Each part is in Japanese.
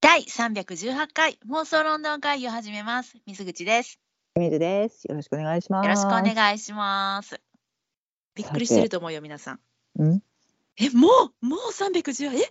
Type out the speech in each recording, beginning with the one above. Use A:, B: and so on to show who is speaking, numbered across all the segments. A: 第318回妄想ロンドン会議を始めます。水口です。
B: メールです。よろしくお願いしま
A: よ
B: す。
A: ろしくお願いします。びっくりしてると思うよ、皆さん。
B: うん。
A: え、もうもう318、えに 2,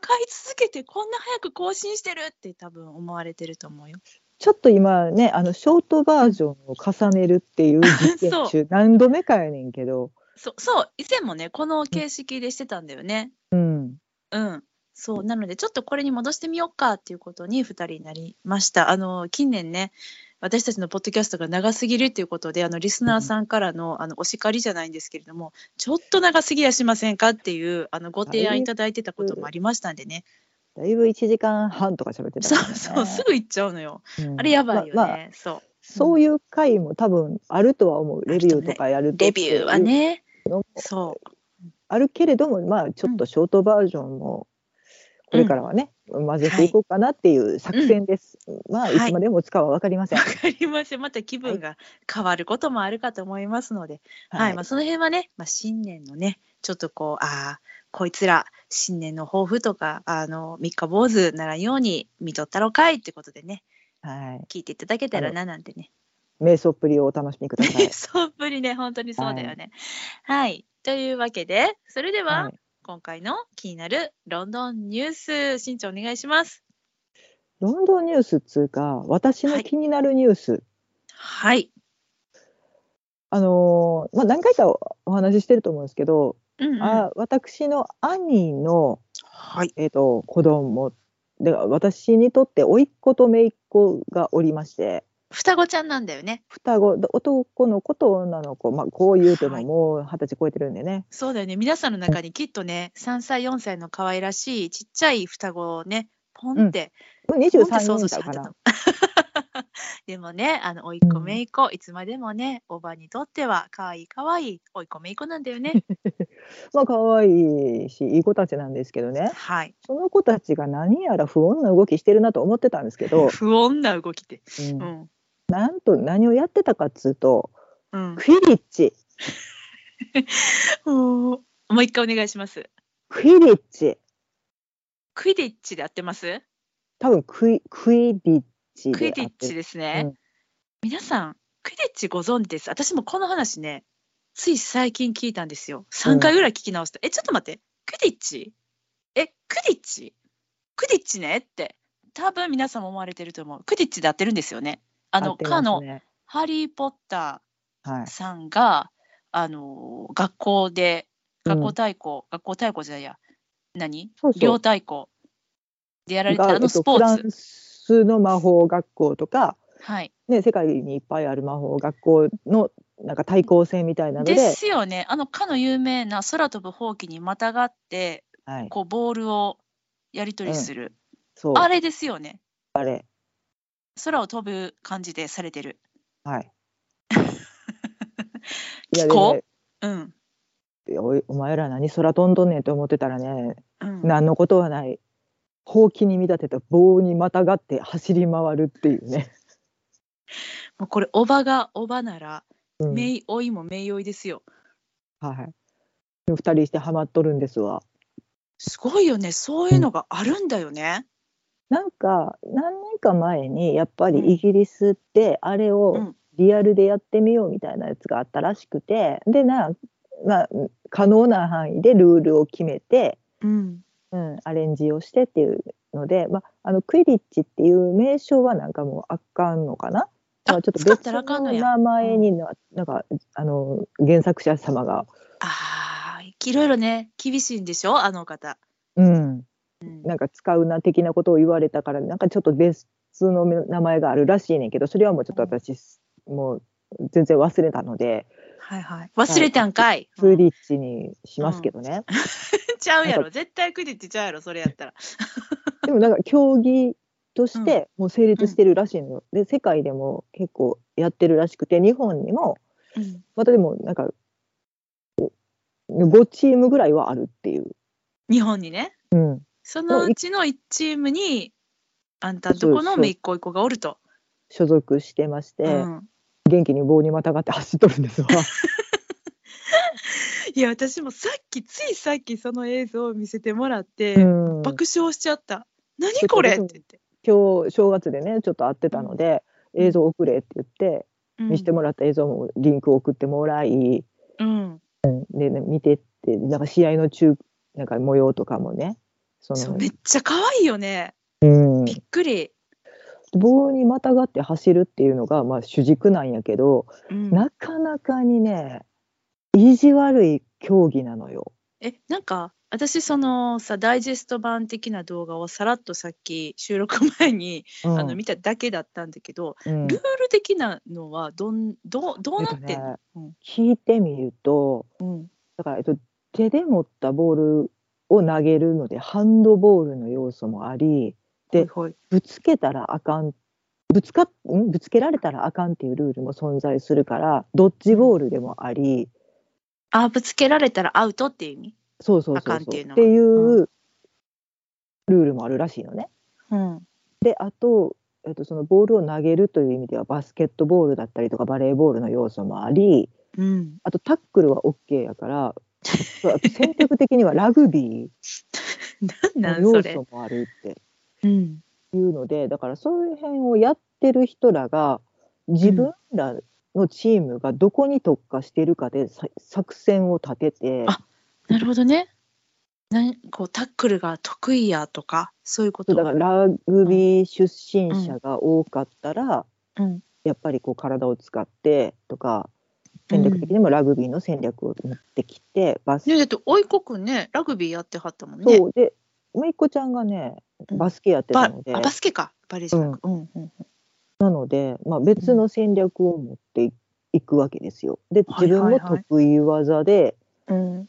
A: 回続けてこんな早く更新してるって多分思われてると思うよ。
B: ちょっと今ね、あのショートバージョンを重ねるっていう実
A: そ
B: 験
A: う
B: 中、何度目かやねんけど。
A: そそう、以前もね、この形式でしてたんだよね。
B: うん。
A: うん。そう、なのでちょっとこれに戻してみようかっていうことに2人になりました。あの、近年ね、私たちのポッドキャストが長すぎるっていうことで、あの、リスナーさんからのあのお叱りじゃないんですけれども、ちょっと長すぎやしませんかっていうあのご提案いただいてたこともありましたんでね。
B: だいぶ1時間半とか喋ってた
A: そ
B: か
A: う
B: らね、
A: そう、すぐ行っちゃうのよ。
B: うん
A: あれやばいよね。
B: まあまあ
A: そう。
B: そういう回も多分あるとは思う。レビューとかやると。
A: レビューは。ね。そう。
B: あるけれども、まあちょっとショートバージョンも、これからはね、混ぜていこうかなっていう作戦です。まあ、いつまでも使うは分かりません。
A: わかりません。また気分が変わることもあるかと思いますので、はい、まあ、その辺はね、まあ、新年のね、ちょっとこう、ああ、こいつら、新年の抱負とか、あの、三日坊主ならんように見とったろかいってことでね、
B: はい。
A: 聞いていただけたらななんてね。。
B: 瞑想っぷりをお楽しみください
A: そうっぷりね、本当にそうだよね。はい、というわけで、それでは、
B: はい
A: 今回の気になるロンドンニュース、しんちゃんお願いします。
B: ロンドンニュースっつうか、私
A: は
B: の
A: い
B: 気になるニュース、
A: はい。
B: あのーまあ、何回かおお話ししてると思うんですけど、
A: うん、うん。
B: あ私の兄の、
A: はい。
B: えー、と子供で私にとって甥っ子と姪っ子がおりまして
A: 双子ちゃんなんだよね。
B: 双子男の子と女の子、まあ、こう言うて
A: は
B: も
A: い
B: もう二十歳超えてるんでね、
A: そうだよね。皆さんの中にきっとね、3歳、4歳の可愛らしいちっちゃい双子をね、ポンって、
B: もう
A: なんで
B: 23
A: 想
B: 人
A: 像
B: い
A: したは
B: か
A: った
B: な
A: の。 でもね、あの、おいっ子
B: うん
A: めいっ子、いつまでもね、おばにとっては、可愛い可愛い、おいっ子めいっ子なんだよね。
B: まあ可愛いしいい子たちなんですけどね
A: はい。
B: その子たちが何やら不穏な動きしてるなと思ってたんですけど、
A: 不穏な動きで。
B: うん
A: うん。
B: なんと何をやってたかっつうと
A: うん。
B: クィリッチ
A: もう一回お願いします。
B: クィリッチ
A: クイディッチで合ってます
B: 多分クイクイディッチ
A: ク
B: で
A: イディッチ
B: で
A: ですね。
B: うん
A: 皆さん、クイディッチご存知です。私もこの話ね、つい最近聞いたんですよ。3回ぐらい聞き直した。え、ちょっと待って、クイディッチえ、クイディッチクイディッチねって、多分皆さんも思われてると思う。クイディッチで合ってるんですよね。あ
B: あ
A: の、か
B: か
A: の
B: の、ね
A: ハリー・ポッタ
B: は
A: ーさんが、あの、学校で、
B: うん
A: 学校対抗、学校対抗じゃないや、何
B: そうそう
A: 両対抗でやら
B: い、
A: れてたあ
B: が
A: の
B: えっと
A: スポ
B: フラ
A: ーツ。
B: ンスの魔法学校とか、
A: はい。
B: ね、世界にいっぱいある魔法学校のなんか対抗戦みたいなので
A: ですよね。あのかの有名な空飛ぶほうきにまたがって
B: はい、
A: こうボールをやり取りする、
B: そう
A: あ
B: あれ
A: れですよね。空を飛ぶ感じでされてる。
B: はい。
A: 気候うん。
B: いやおいお前ら何空飛んどんねんと思ってたらね、
A: うん、
B: 何のことはない。ほうきに見立てた棒にまたがって走り回るっていうね。
A: もうこれおばがおばなら、
B: うん
A: めいおいもめいおいですよ。
B: はい。二人してハマっとるんですわ。
A: すごいよね。そういうのがあるんだよね。
B: なんか何年か前にやっぱりイギリスってあれをリアルでやってみようみたいなやつがあったらしくてでな、まあ、可能な範囲でルールを決めて、
A: うん。
B: うん、アレンジをしてっていうので、まあ、あのクイリッチっていう名称はなんかもうあかんのかな
A: あ
B: まあちょっと
A: 使っ
B: 別
A: たらあかんの
B: の
A: や。
B: 名前にななんかあの原作者様が、
A: ああ、いろいろね、厳しいんでしょ、あの方。
B: うん、
A: うん、
B: なんか使うな的なことを言われたからなんかちょっと別の名前があるらしいねんけどそれはもうちょっと私、もう全然忘れたので
A: はいはい。忘れたんかい。
B: クー
A: うん
B: リッチにしますけどね、
A: ちゃうやろ。絶対クリってちゃうやろ、それやったら。
B: でもなんか競技としてもう成立してるらしいのよ、で世界でも結構やってるらしくて日本にも
A: うん
B: またでもなんか5チームぐらいはあるっていう、
A: 日本にね。
B: うん、
A: そのうちの1チームにあんたんとこのめいっ子いっ子がおると。
B: 所属してまして、
A: うん、
B: 元気に棒にまたがって走っとるんですわ。
A: いや私もさっきついさっきその映像を見せてもらって、
B: うん
A: 爆笑しちゃった。何これって言って。
B: 今日正月でねちょっと会ってたので、
A: うん
B: 映像送れって言って、見せてもらった映像もリンク送ってもらい
A: うん。
B: で、ね、見てってなんか試合の中なんか模様とかもねそ
A: そう、
B: の
A: めっちゃ可愛いよね。
B: うん
A: びっくり。
B: 棒にまたがって走るっていうのが、まあ、主軸なんやけど、
A: うん
B: なかなかにね意地悪い競技なのよ。
A: えなんか私そのさダイジェスト版的な動画をさらっとさっき収録前に、
B: うん
A: あの見ただけだったんだけど、
B: うん
A: ルール的なのはどんどうどうなって
B: え
A: ん
B: っと
A: の、
B: ね
A: うん
B: 聞いてみると
A: うん、
B: だから、えっと、手で持ったボールを投げるのでハンドボールの要素もありで
A: ほいほい
B: ぶつけたらあかんぶつかんぶつけられたらあかんっていうルールも存在するからドッジボールでもあり
A: あぶつけられたらアウトっていう意味、
B: そうそうそ
A: あ
B: う
A: かんっ
B: そう
A: ていうの
B: っ
A: は
B: ていうルールもあるらしいのね。
A: うん
B: であと、えっと、そのボールを投げるという意味ではバスケットボールだったりとかバレーボールの要素もあり
A: うん、
B: あとタックルは OK やからそうあ と戦略的にはラグビー
A: なんな
B: の
A: んそ
B: 要
A: れ、
B: 素もあるって
A: うん
B: いうのでだからそういう辺をやってる人らが自分らのチームがどこに特化してるかでさ作戦を立てて
A: あなるほどねなんこうタックルが得意やとかそういうこと
B: そうだからラグビー出身者が多かったら、
A: うん
B: やっぱりこう体を使ってとか戦略的にもラグビーの戦略を持ってきて、バス
A: ね、だっておいこくんねラグビーやってはったもんね
B: そうでめいっ子ちゃんがね
A: うん
B: バスケやってた
A: バ
B: ので、
A: あバスケかバレーじゃなく、うんうん
B: なので、まあ、別の戦略を持っていくわけですよ。で
A: はい
B: 自
A: はいは
B: 分
A: い
B: の得意技で
A: うんうん、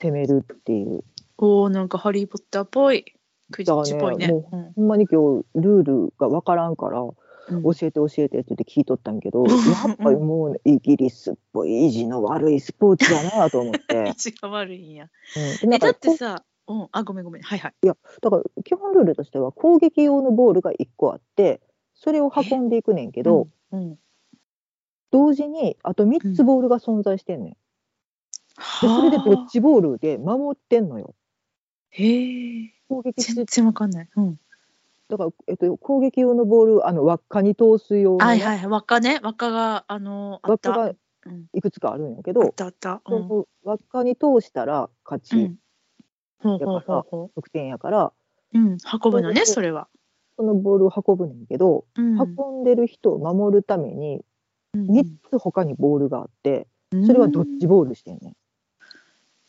B: 攻めるっていう、
A: おーなんかハリー・ポッターっぽいクジッチっぽいね。
B: だ
A: うん
B: ほんまに今日ルールが分からんから
A: う
B: 教
A: ん
B: えて教えてって言って聞いとったんや けど、やっぱりもうイギリスっぽい意地の悪いスポーツだなと思 っ
A: 位
B: て。
A: 置が悪いんや。
B: うん、
A: え
B: でなんか
A: だってさ、うん、あごめんごめんはいはい。
B: だから基本ルールとしては攻撃用のボールが1個あってそれを運んでいくねんけど、
A: うんうん
B: 同時にあと3つボールが存在してんねん、でそれでドッ
A: はあ
B: ジボールで守ってんのよ
A: へえ
B: 攻撃し
A: 全然わかんない。うん、
B: だから、えっと、攻撃用のボールあの輪っかに通す用の
A: はい
B: ね
A: はいはい輪っかね輪っかがあのあ
B: 輪
A: っ
B: っか
A: た。
B: が
A: うん
B: いくつかあるんやけ
A: あっ
B: ど、
A: たあった。
B: そ
A: うん。
B: の輪っかに通したら勝ち、
A: うんほうほうほうほ
B: 得点やから
A: う。うん運ぶのねそれは。
B: そのボールを運ぶねんけど、
A: うん。
B: 運んでる人を守るために3つ他にボールがあって
A: うん
B: それはドッジボールしてんねん。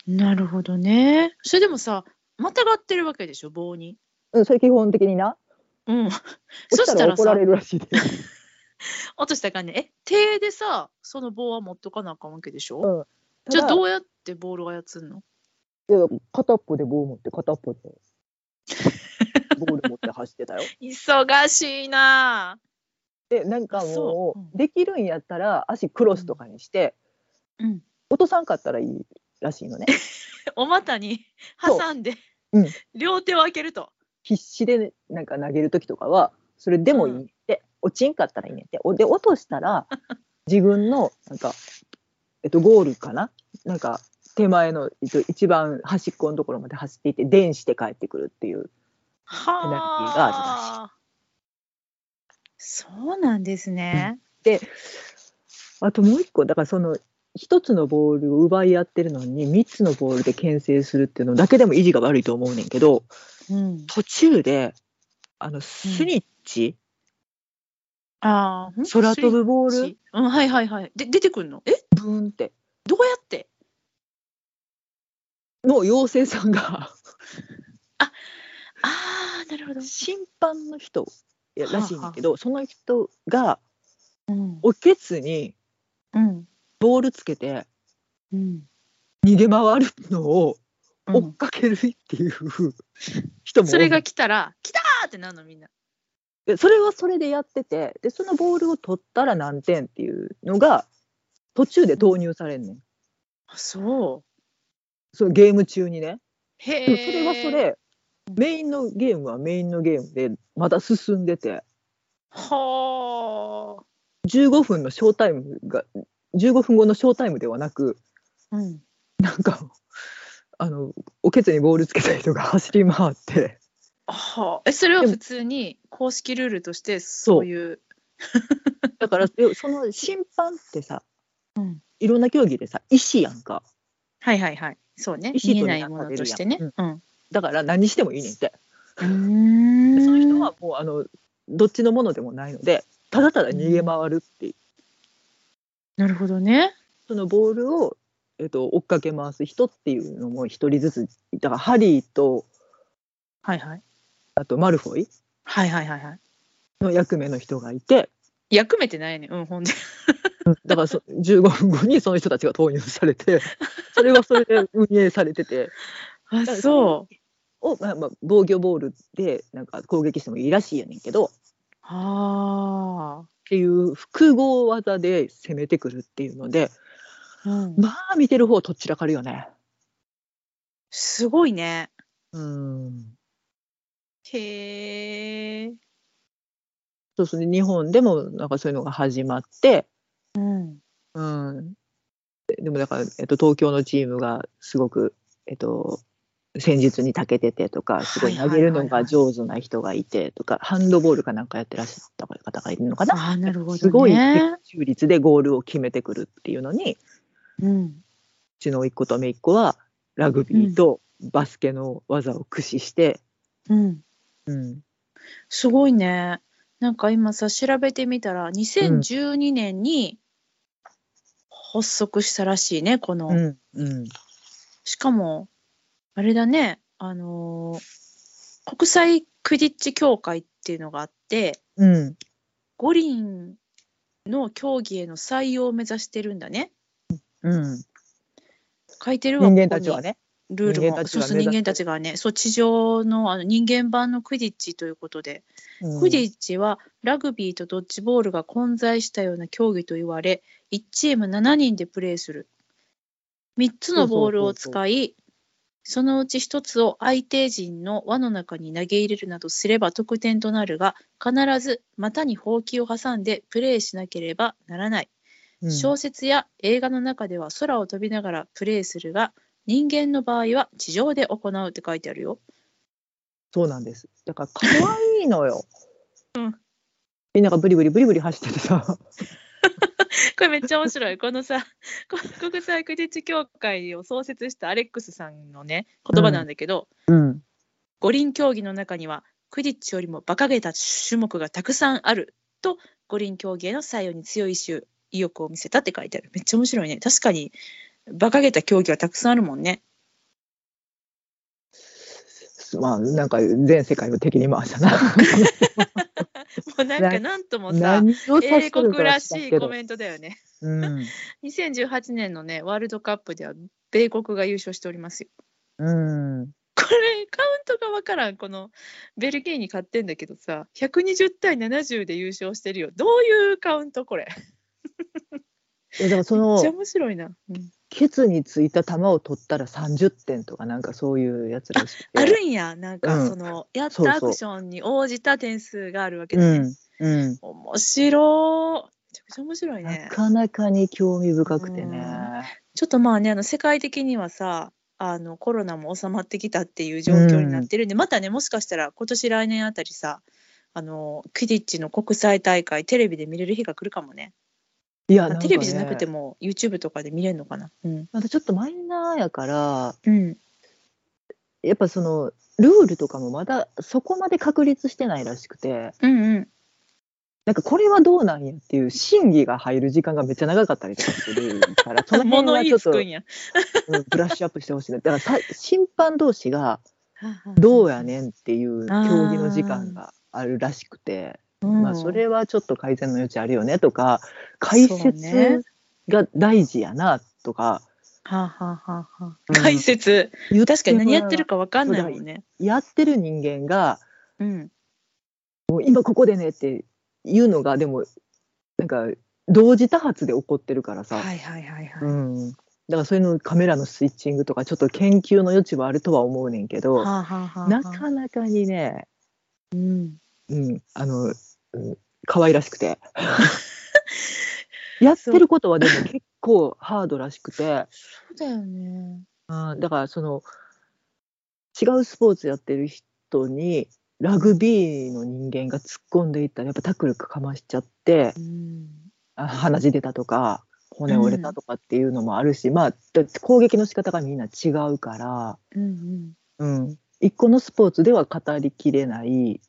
A: なるほどね。それでもさまたがってるわけでしょ棒に。
B: うん、それ基本的にな。
A: うん。 そ
B: そ
A: し
B: し
A: たた
B: ら
A: ら
B: 怒
A: さ
B: られるらしいで。
A: 落としたらあかんねえ手でさその棒は持っとかなあかんわけでしょ、
B: うん
A: じゃあど
B: う
A: うやってボールを操るの
B: 片っぽで棒を持って片っぽでボール持って走ってたよ。
A: 忙しいなあ
B: でなんか
A: あ
B: も
A: そう
B: う
A: うん
B: できるんやったら足クロスとかにして、
A: うん
B: 落とさんかったらいいらしいのね。
A: お股に
B: そう
A: 挟んで、
B: うん
A: 両手を開けると
B: 必死で、ね、なんか投げる時とかはそれでもいいって、落ちんかったらいいねっておで落とし たら自分のなんか、えっと、ゴールかななんか手前の、えっと、一番端っこのところまで走っていって電して帰ってくるっていう。ナリティがあ
A: はあそうなんですね、
B: あともう一個だからその一つのボールを奪い合ってるのに三つのボールで牽制するっていうのだけでも意地が悪いと思うねんけど
A: うん、
B: 途中であのスニッチ、
A: ああ
B: 空飛ぶボ
A: ボ
B: ール
A: うんはいはいはいで出てくるのえ
B: ブーンって
A: どうやって
B: の妖精さんが
A: ああなるほど、
B: 審判の人やらしいんだけど、その人が
A: うん
B: おけつに
A: うん
B: ボールつけて
A: うん
B: 逃げ回るのを
A: う
B: 追っ
A: ん、
B: かけるっていう人もおる
A: それが来たら「来た!」ってなるのみんな
B: でそれはそれでやっててでそのボールを取ったら何点っていうのが途中で投入されんねん
A: あそう
B: そのゲーム中にね
A: へえ
B: でもそれはそれメインのゲームはメインのゲームでまだ進んでて
A: は
B: 15分のショータイムが15分後のショータイムではなく
A: あ、うん、
B: なんかあのおけつにボールつけた人が走り回って
A: はあ、えそれは普通に公式ルールとしてそういう。
B: だからでその審判ってさ
A: うん、
B: いろんな競技でさ意思やんか
A: はいはいはい。そうね。
B: 意
A: 見え
B: 思と
A: ないものとしてね。
B: なん
A: うん。
B: だから何してもいいねんって
A: うー
B: で
A: ん
B: その人はもうあのどっちのものでもないのでただただ逃げ回るっていう
A: なるほどね。
B: そのボールを、えっと、追っかけ回す人っていうのも一人ずつだからハリーと
A: はいはい。
B: あとマルフォイ
A: はいはいはいはい。
B: の役目の人がいて
A: 役目ってないね。うん、ほんで。
B: だからそ15分後にその人たちが投入され てそれはそれで運営されてて
A: あ、
B: から
A: そう。
B: を、まあまあ、防御ボールでなんか攻撃してもいいらしいやねんけどっ
A: あ
B: ていう複合技で攻めてくるっていうので
A: あ。うん。
B: まあ見てる方とっちらかるよね。
A: すごいね。
B: うん
A: へえ。
B: そうですね日本でもなんかそういうのが始まって、
A: うん。
B: うん、でもだから、えっと、東京のチームがすごく、えっと、戦術に長けててとかすごい
A: はいはい
B: 投
A: はい
B: げ
A: はい
B: るのが上手な人がいてとか、ハンドボールかなんかやってらっしゃった方がいるのかな
A: ああ、なるほど、ね。
B: すごい的中率でゴールを決めてくるっていうのにう
A: うん。
B: ちの甥っ子と姪っ子はラグビーとバスケの技を駆使して、
A: うん。
B: うん
A: すごいね。なんか今さ、調べてみたら、2012年に発足したらしいね、この。
B: うんうん、
A: しかも、あれだね、あのー国際クディッチ協会っていうのがあって、
B: うん、
A: 五輪の競技への採用を目指してるんだね。
B: うん、
A: 書いてるわ、
B: 人間たちは
A: ここに。
B: ね。
A: ルール
B: 人間
A: も、
B: たち
A: そう
B: が
A: そう、
B: 目
A: 人
B: 指
A: 間
B: して
A: たちがね、そう、地上のあの人間版のクディッチということで、
B: うん
A: クディッチはラグビーとドッジボールが混在したような競技と言われ、1チーム7人でプレーする。3つのボールを使い、そのうち1つを相手陣の輪の中に投げ入れるなどすれば得点となるが、必ず股にほうきを挟んでプレーしなければならない。
B: うん
A: 小説や映画の中では空を飛びながらプレーするが、人間の場合は地上で行うって書いてあるよ。
B: そうなんです。だから可愛いのよ。みんながブリブリブリブリ走っててさ、
A: これめっちゃ面白い。このさ、 この国際クディッチ協会を創設したアレックスさんのね、言葉なんだけど、
B: うん、
A: 五輪競技の中には、クディッチよりも馬鹿げた種目がたくさんあると、五輪競技への採用に強い意志意欲を見せたって書いてある。めっちゃ面白いね。確かに、馬鹿げた競技はたくさんあるもんね。
B: まあなんか全世界を敵に回したな。
A: もうなんか、なんともさ、
B: 何を指
A: 英
B: してる
A: 国
B: からら
A: し
B: 知らん
A: い
B: け
A: コ
B: ど。
A: メントだよね。
B: うん、
A: 2018年のね、ワールドカップでは、米国が優勝しておりますよ
B: うん、
A: これカウントが分からんこのベルギーに勝ってんだけどさ120対70で優勝してるよどういうカウントこれ
B: えだからそ
A: めっちゃ
B: の
A: 面白いな、うん
B: ケツについた球を取ったら30点とかなんかそういうやつらしくて。
A: あるんやなん
B: う
A: か
B: ん
A: その、やっ
B: そう
A: た
B: そう
A: アクションに応じた点数があるわけ
B: う
A: だね、
B: ん、うん。
A: 面白いめちゃくちゃ面白い
B: な
A: ね
B: かなかに興味深くてね。
A: ちょっとまあねあの世界的にはさあのコロナも収まってきたっていう状況になってるんで、またねもしかしたら今年来年あたりさあのクディッチの国際大会テレビで見れる日が来るかもね
B: いや、
A: あ
B: んかね
A: テレビじゃなくて。も YouTube とかで見れるのかな。うん。
B: またちょっとマイナーやから、
A: うん、
B: やっぱそのルールとかもまだそこまで確立してないらしくて
A: うん、うん。
B: なんかこれはどうなんやっていう審議が入る時間がめっちゃ長かったりとかするからその辺
A: 物
B: は
A: 言
B: ち
A: い
B: ょっ
A: つ
B: と、
A: くんや。
B: うんブラッシュアップしてほしいなだからさ審判同士がどうやねんっていう競技の時間があるらしくて
A: うん。
B: まあ、それはちょっと改善の余地あるよねとか解
A: そうね
B: 説が大事やなとか
A: はあ、はあはあはあ、
B: うん
A: 解説。
B: 言って
A: 確かに何やってる
B: も
A: か分かんないもんね。
B: らうやってる人間が
A: うん。
B: もう今ここでねっていうのがでもなんか同時多発で起こってるからさ、
A: はいはいはいはい。
B: うん、だからそういうのカメラのスイッチングとかちょっと研究の余地はあるとは思うねんけど、
A: はあ、はあはあはあ、
B: なかなかにね、
A: うん。
B: うん、あの、うん、可愛らし くてやってることはでも結構ハードらしくて、
A: そうだよね。
B: うん、だからその違うスポーツやってる人トにラグビーの人間が突っ込んでいったらやっぱタックルかましちゃって
A: うん
B: あ鼻血出たとか骨折れたとかっていうのもあるし、まあだって攻撃の仕方がみんな違うから、
A: うん
B: うん、一個のスポーツでは語りきれない。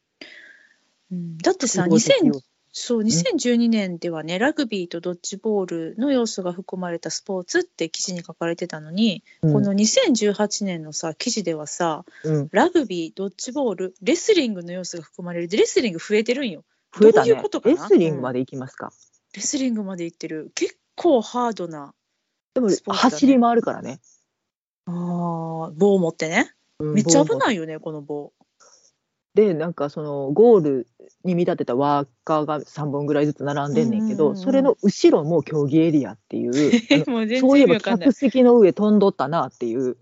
A: うん、だってさ
B: 複合的
A: 2000
B: 要素
A: そう2012年ではねラグビーとドッジボールの要素が含まれたスポーツって記事に書かれてたのに、この2018年のさ記事ではさ
B: うんうん
A: ラグビードッジボールレスリングの要素が含まれるでレスリング増えてるんよ
B: 増えたね。
A: どういうことかな
B: レスリングまで行きますか。
A: レスリングまでいってる結構ハードなスポ
B: でも
A: ーツだね
B: 走り回るからね。
A: あー棒を持ってね
B: うん
A: めっちゃ危
B: 棒を
A: ないよねこの棒
B: でなんかそのゴールに見立てたワーカーが3本ぐらいずつ並んでんねんけ
A: うん
B: ど、
A: うんうん
B: それの後ろも競技エリアっていうあ
A: もう
B: の
A: 全
B: そうい
A: 然意味
B: えば
A: わかんない
B: 客席の上飛んどったなっていう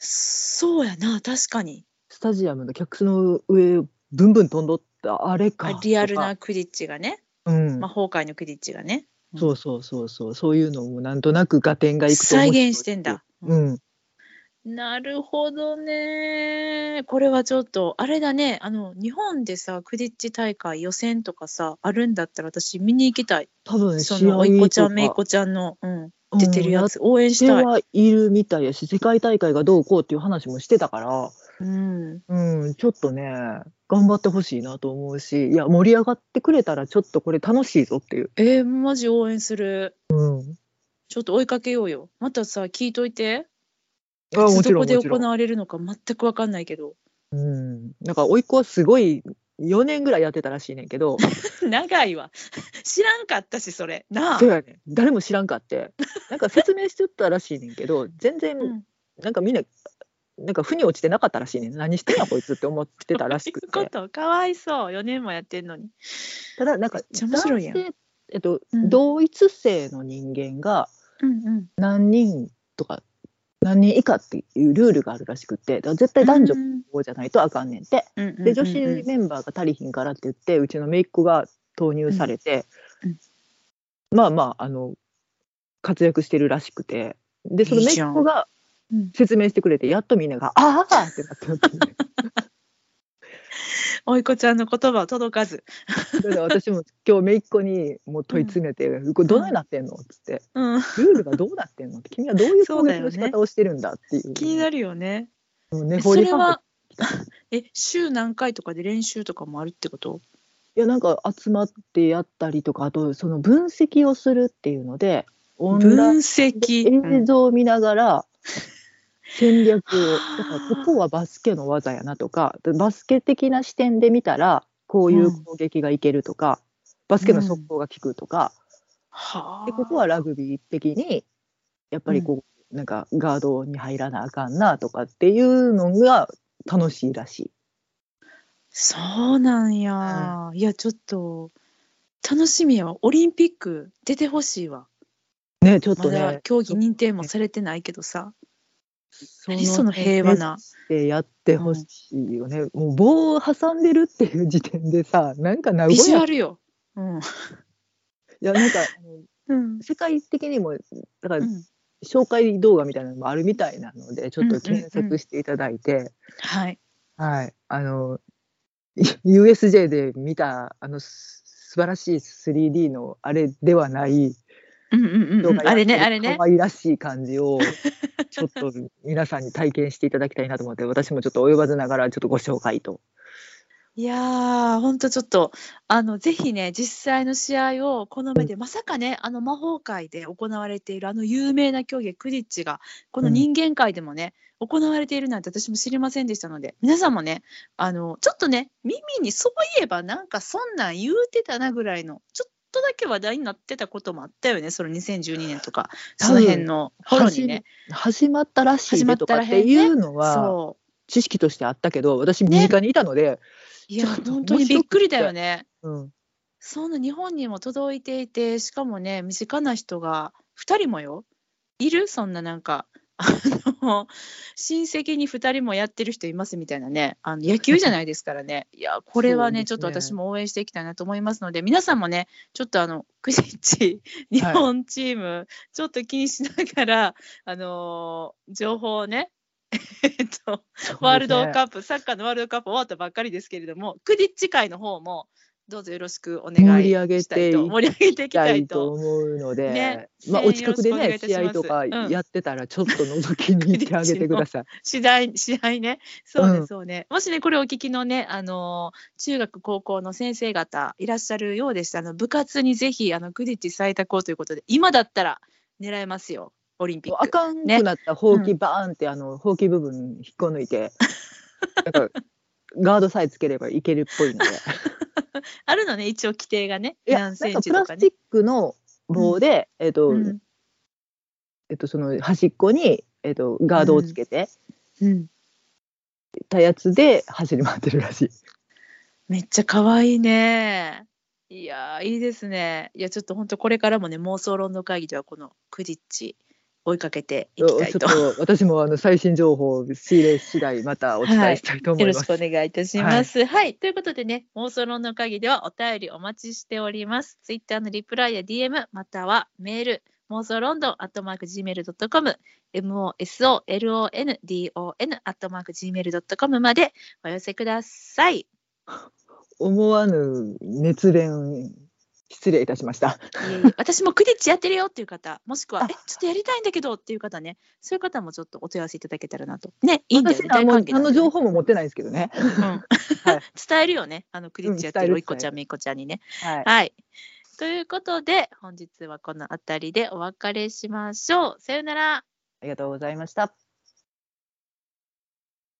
A: そうやな確かに
B: スタジアムの客席の上ブンブン飛んどったあれか
A: あリアル
B: と
A: なクリッチがね、
B: か、うん
A: まあ、崩壊のクリッチがね
B: そうそうそうそうそういうのもなんとなく合点がいくと面
A: 再
B: 白い
A: 現してんだ、
B: うん
A: なるほどねこれはちょっとあれだねあの日本でさクリッチ大会予選とかさあるんだったら私見に行きたい
B: 多分
A: そ
B: 試合
A: のおいっ子ちゃ
B: と
A: ん
B: か
A: めいっ子ちゃんの、うん、出てるやつ応援し
B: うんや
A: た
B: っ
A: い
B: て、はいるみたいやし世界大会がどうこうっていう話もしてたから
A: うん、
B: うん、ちょっとね、頑張ってほしいなと思うし、いや、盛り上がってくれたら、ちょっとこれ楽しいぞっていう。
A: えー、マジ応援する
B: うん。
A: ちょっと追いかけようよまたさ聞いといて
B: あ
A: い
B: も
A: つど
B: ちろ
A: こ
B: ん、
A: で
B: もち
A: 行
B: ろん。
A: われるのか全く分かんないけど
B: うん。なんか、甥っ子はすごい、4年ぐらいやってたらしいねんけど、
A: 長いわ 知らんかったしそれなあ
B: そうやねん誰も知らんかって。なんか説明しちゃったらしいねんけど、全
A: う
B: 然、
A: ん
B: なんかみんな、なんか、腑に落ちてなかったらしいねん。何してんのこいつって思ってたらし く
A: そういうこ
B: て。
A: とかわいそう4年もやってんのに
B: ただ、なんか
A: めっ、ちゃ面白いやん
B: 男性えっと、
A: うん
B: 同一性の人間が、
A: うんうん
B: 何人とか何人以下っていうルールがあるらしくてだから絶対男女
A: うん
B: じゃないとあかんねんて、
A: うんうんうん
B: で女子メンバーが足りひんからって言ってうちの姪っ子が投入されて、
A: うん
B: まあまああの活躍してるらしくてでその
A: いい
B: 姪
A: じゃん
B: っ子が
A: うん
B: 説明してくれてやっとみんなが「ああ!」ってなったっていう
A: おいこちゃんの言葉は届かず、
B: そ れで私も今日姪っ子にもう問い詰めて「これどないなってんの?」っつって
A: うん、
B: 「ルールがどうなってんの?」って「君はどういう
A: そ
B: 攻撃の仕
A: うだよね
B: 方をしてるんだ」っていう
A: 気になるよね
B: もう
A: え
B: 根
A: そ
B: 掘り
A: れ
B: 葉掘り
A: は え週何回とかで練習とかもあるってこと
B: いやなんか集まってやったりとかあとその分析をするっていうのでオンライ
A: 分
B: ン
A: 析、
B: で映像を見ながら戦略を、
A: はあ
B: だからここはバスケの技やなとかでバスケ的な視点で見たらこういう攻撃がいけるとか、バスケの速攻が効くとか、
A: はあ
B: でここはラグビー的にやっぱりこう、なんかガードに入らなあかんなとかっていうのが楽しいらしい。
A: そうなんや、いやちょっと楽しみやわオリンピック出てほしいわ
B: ねちょっ
A: ま
B: とね
A: だ競技認定もされてないけどさ
B: そ
A: 何その平和な
B: でやってほしいよね、もう棒を挟んでるっていう時点でさなんか名
A: ビ
B: 古
A: ジュ
B: 屋
A: ア
B: い
A: ルよ、うん
B: やなんかあの
A: うん
B: 世界的にもだか
A: う
B: ら
A: ん、
B: 紹介動画みたいなのもあるみたいなのでちょっと検
A: うんうんうん
B: 索していただいて、
A: はい
B: はいあの USJ で見たあのす素晴らしい 3D のあれではない
A: うんうんうんうん、あれねあれね
B: 可愛らしい感じ をちょっと皆さんに体験していただきたいなと思って私もちょっと及ばずながらちょっとご紹介と。
A: いやー、ほんとちょっと、あの、ぜひね、実際の試合をこの目で、まさかね、あの魔法界で行われている、あの有名な競技、クリッチが、この
B: うん
A: 人間界でもね、行われているなんて私も知りませんでしたので、皆さんもね、あの、ちょっとね、耳にそういえば、なんかそんなん言うてたなぐらいの、ちょっとだけ話題になってたこともあったよね、その2012年とか、
B: 多
A: そ
B: 分
A: の辺の頃にね。
B: 始まったらしい
A: 始ま
B: ね
A: った
B: と
A: ら
B: か
A: へ
B: っ
A: ん
B: ていうのは
A: そ
B: 知識としてあったけど私身近にいたので、
A: う。いや、
B: ちょっと
A: 本当にびっくりだよね。
B: うん、
A: そんな日本にも届いていてしかもね身近な人が2人もよいるそんななんかあの親戚に2人もやってる人いますみたいなねあの野球じゃないですから ねいやこれはねち
B: そ
A: ょ
B: う
A: っ
B: です
A: と私
B: ね
A: も応援していきたいなと思いますので皆さんもねちょっとあのクリッチ日本チーム、ちょっと気にしながらあのー情報をね えっと、ワールドカップ、サッカーのワールドカップ終わったばっかりですけれども、クディッチ会の方も、どうぞよろしくお願いしたいと、盛り上げていきたいと。
B: 思うので、
A: ね
B: まあ、
A: ね
B: お近くで
A: よろ
B: ね
A: しくお
B: 試
A: 願いい
B: 合
A: たします
B: とかやってたらちょっと覗きに行ってあげてくだ さい。
A: 試合、試合ね。そう
B: う
A: ね、
B: ん
A: そうね。もしね、これお聞きのね、あのー、中学、高校の先生方いらっしゃるようでしたあの、部活にぜひ、あの、クディッチ採択をということで、今だったら狙えますよ、オリンピッ
B: あ
A: ク。
B: かんくなったほうきバーンって、あのほうき部分引っこ抜いてなんかガードさえつければいけるっぽい ので。
A: あるのね、一応規定がね、
B: いやな
A: 何
B: ん
A: セ
B: か
A: ン
B: プ
A: チ
B: ラ
A: と
B: ス
A: か
B: チ
A: ね
B: ッ。クの棒で、えっと、
A: うん
B: えっとその端っこにえっとガードをつけて
A: うん
B: たやつで走り回ってるらしい。
A: めっちゃ可愛いね。いやーいいですね。いやちょっと本当これからもね妄想論の会議ではこのクディッチ追いかけていきたい
B: ちょっ
A: と。
B: と私もあの最新情報を仕入れ次第またお伝えしたいと思
A: よ
B: い
A: ろ
B: ま
A: し
B: す。
A: くお願いいたします。はい、ということでね、妄想論の会議ではお便りお待ちしております。ツイッターのリプライや DM、またはメール、妄想ロンドン、アットマーク Gmail.com、MOSOLONDON、アットマーク Gmail.com までお寄せください。
B: 思わぬ熱弁失礼いたしました。
A: いえいえ私もクディッチやってるよっていう方、もしくは
B: あ、
A: え、ちょっとやりたいんだけどっていう方ね、そういう方もちょっとお問い合わせいただけたらなと。ね、いいんだよね、
B: 私あ
A: 大
B: の
A: 歓
B: 何
A: 迎なんで
B: の情報も持ってないですけどね。
A: うん
B: はい
A: 伝えるよね、あのクディッチやって
B: うん伝え
A: る
B: る
A: おいっこちゃん、めいこちゃんにね。
B: はい。
A: はい。ということで、本日はこの辺りでお別れしましょう。さよなら。
B: ありがとうございました。